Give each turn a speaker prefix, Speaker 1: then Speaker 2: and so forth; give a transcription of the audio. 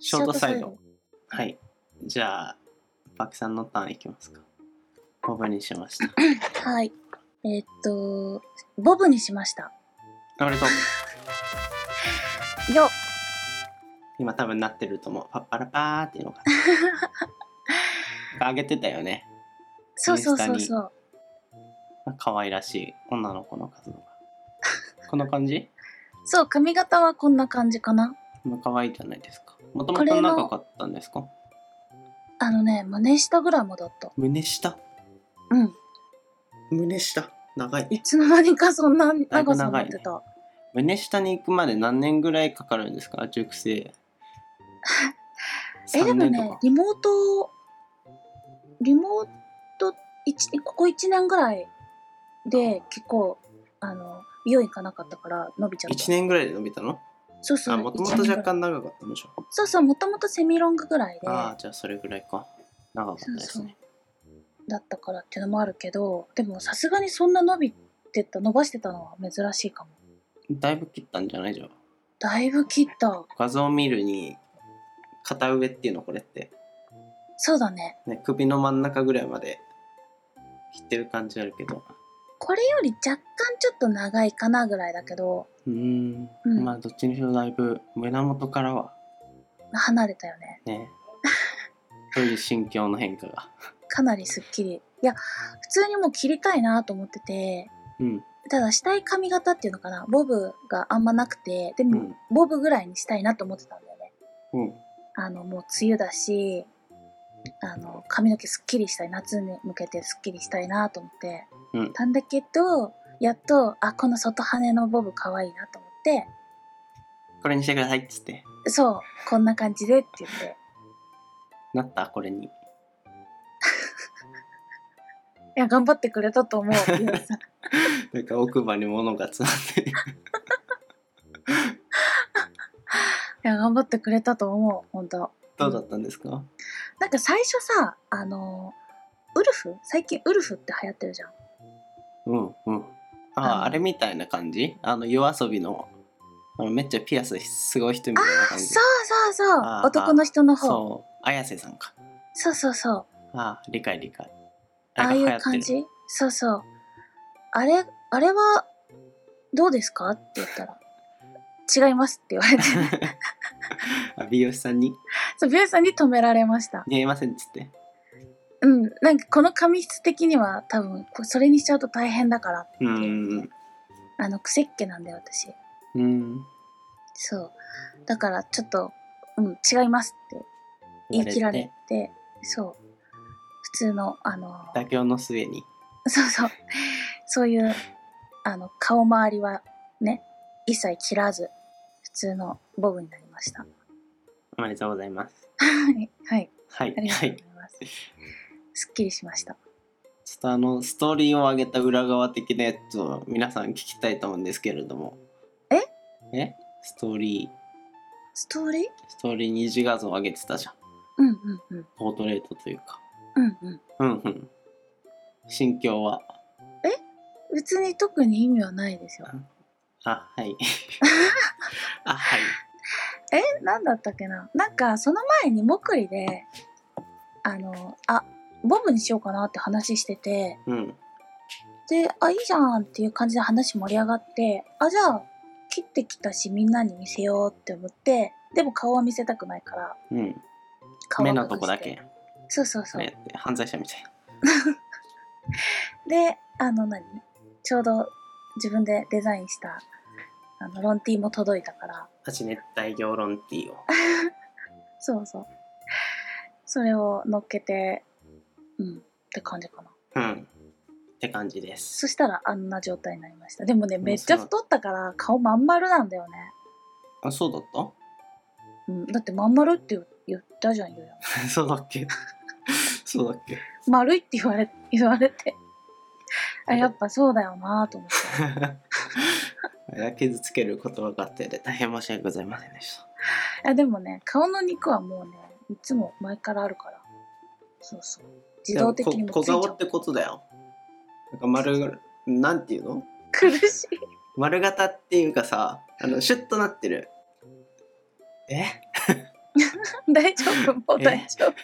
Speaker 1: ショートサイ
Speaker 2: ショー
Speaker 1: ド。はい。じゃあ、バキさんのターンいきますか。オーバーにしました。
Speaker 2: はい。えーっと、ボブにしました。
Speaker 1: ありがとう。
Speaker 2: よっ
Speaker 1: 今多分なってると思う。パッパラパーっていうのが。上げてたよね。
Speaker 2: そうそうそうそう。
Speaker 1: 可愛らしい女の子の活動が。こんな感じ
Speaker 2: そう、髪型はこんな感じかな。
Speaker 1: もう可愛いじゃないですか。もとも
Speaker 2: ことれの
Speaker 1: 長かったんですか
Speaker 2: あのね、胸下ぐらいまであった。
Speaker 1: 胸下
Speaker 2: うん。
Speaker 1: 胸下長
Speaker 2: い
Speaker 1: い。
Speaker 2: つの間にかそんな
Speaker 1: だいぶ
Speaker 2: 長さに
Speaker 1: 長
Speaker 2: ないっ
Speaker 1: ね
Speaker 2: てた。
Speaker 1: 胸下に行くまで何年ぐらいかかるんですか熟成。
Speaker 2: え、で
Speaker 1: 3
Speaker 2: も
Speaker 1: 年と
Speaker 2: ね
Speaker 1: か、。
Speaker 2: リモート、リモート、一ここ1年ぐらいで結構、あの、美容院行かなかったから伸びちゃっ
Speaker 1: 1
Speaker 2: た。
Speaker 1: 年ぐらいで伸びたの
Speaker 2: そうそう。
Speaker 1: あ、もとも
Speaker 2: 一
Speaker 1: と
Speaker 2: 年ぐらい
Speaker 1: 若干長かったんでしょ。
Speaker 2: そうそう、もともとセミロングぐらいで、
Speaker 1: ああ
Speaker 2: だ
Speaker 1: じゃあそれぐらいか長かったですね
Speaker 2: ったからっていうのもあるけど、でもさすがにそんな伸びてた、伸ばしてたのは珍しいかも。
Speaker 1: だいぶ切ったんじゃないじゃん
Speaker 2: だいぶ切った。
Speaker 1: 画像を見るに片上っていうのこれって、
Speaker 2: そうだね。
Speaker 1: ね、首の真ん中ぐらいまで切ってる感じあるけど
Speaker 2: これより若干ちょっと長いかなぐらいだけど、
Speaker 1: うーん
Speaker 2: うん
Speaker 1: まあどっちにしろだいぶ胸元からは
Speaker 2: 離れたよね。
Speaker 1: ねどういう心境の変化が
Speaker 2: かなりすっきり。いや、普通にもう切りたいなと思ってて、
Speaker 1: うん
Speaker 2: ただしたい髪型っていうのかな、ボブがあんまなくて、で
Speaker 1: う
Speaker 2: も、
Speaker 1: ん
Speaker 2: ボブぐらいにしたいなと思ってたんだよね。
Speaker 1: うん
Speaker 2: あの、もう梅雨だし、あの、髪の毛すっきりしたい、夏に向けてすっきりしたいなと思って、
Speaker 1: うん
Speaker 2: たんだけど、やっと、あ、この外羽のボブ可愛いなと思って、
Speaker 1: これにしてくださいっつって
Speaker 2: そう、こんな感じでって言って、
Speaker 1: なったこれに
Speaker 2: いや、頑張ってくれたと 思う、美容師さん。
Speaker 1: なんか奥歯に物が詰まって る
Speaker 2: いや、頑張ってくれたと思う、本当
Speaker 1: どうだったんですか、
Speaker 2: なんか最初さ、あの、ウルフ最近ウルフって流行ってるじゃん。
Speaker 1: うんうん。あ
Speaker 2: あの
Speaker 1: あ、あれみたいな感じあの、夜遊びの、あのめっちゃピアスすごい人みたいな
Speaker 2: そ
Speaker 1: 感
Speaker 2: う
Speaker 1: じ。
Speaker 2: そうそう
Speaker 1: あー
Speaker 2: 男の人の方。
Speaker 1: そう。綾瀬さんか。
Speaker 2: そうそうそう。
Speaker 1: ああ、理解理解。
Speaker 2: ああ
Speaker 1: れ
Speaker 2: い
Speaker 1: が流行
Speaker 2: う
Speaker 1: ってる
Speaker 2: 感じそうそう。あれ、あれは、どうですかって言ったら、違いますって言わ れて、
Speaker 1: あ美容師さんに
Speaker 2: そう、美容師さんに止められました。
Speaker 1: 似合いませんっつって。
Speaker 2: うん、なんかこの髪質的には多分、こそれにしちゃうと大変だから、
Speaker 1: うーん。
Speaker 2: あの、癖っ気なんだよ、私。
Speaker 1: うん。
Speaker 2: そう。だから、ちょっと、うん、違いますって言い切られて、そう。普通の、あの、
Speaker 1: 妥協の末に。
Speaker 2: そうそう。そういう、あの、顔周りはね、一切切らず、普通のボブになりました。は
Speaker 1: おめでとうございます。
Speaker 2: い。はい。
Speaker 1: はい。
Speaker 2: ありが
Speaker 1: は
Speaker 2: とうご
Speaker 1: い。
Speaker 2: ざいます。すっきりしました。
Speaker 1: ちょっとあの、ストーリーを上げた裏側的なやつを皆さん聞きたいと思うんですけれども。ええストーリー、
Speaker 2: ストーリー
Speaker 1: ストーリー二次画像上げてたじゃん。
Speaker 2: うんうんうん。
Speaker 1: ポートレートというか。
Speaker 2: うんうん。
Speaker 1: うんうん。心境は。
Speaker 2: 別に特に意味はないですよ。
Speaker 1: あ、 はい。あ、はい。
Speaker 2: えなんだったっけななんかその前にもくりであのあボブにしようかなって話してて
Speaker 1: うん。
Speaker 2: であいいじゃんっていう感じで話盛り上がってあじゃあ切ってきたしみんなに見せようって思ってでも顔は見せたくないから
Speaker 1: うん。
Speaker 2: 顔は
Speaker 1: 目の
Speaker 2: 隠して
Speaker 1: とこだけ。
Speaker 2: そうそうそう、
Speaker 1: ね、犯罪者みたいな。
Speaker 2: であの何ちょうど自分でデザインしたあのロンティも届いたから
Speaker 1: 私熱帯魚ロンティーを。
Speaker 2: そうそうそれを乗っけてうんって感じかな
Speaker 1: うん。って感じです。
Speaker 2: そしたらあんな状態になりました。でもね、
Speaker 1: うん
Speaker 2: めっちゃ太ったから顔まん丸なんだよね。
Speaker 1: あ、そうだっ
Speaker 2: うん、だってまん丸って言ったじゃん、ゆうや
Speaker 1: た そうだっ けそうだっけ
Speaker 2: ん丸いって言われ 言われて。あやっぱそうだよなと思って。
Speaker 1: あれは傷つける言葉があってで大変申し訳ございませんでした。
Speaker 2: あでもね、顔の肉はもうね、いつも前からあるから。そうそう。自動的に
Speaker 1: で
Speaker 2: も
Speaker 1: も
Speaker 2: つ
Speaker 1: こ
Speaker 2: いちゃ
Speaker 1: 小顔
Speaker 2: う
Speaker 1: っ。てことだよ。なんか丸、なんていうの
Speaker 2: 苦しい。
Speaker 1: 丸型っていうかさあのシュッとなってるえ
Speaker 2: 大丈夫もう大丈夫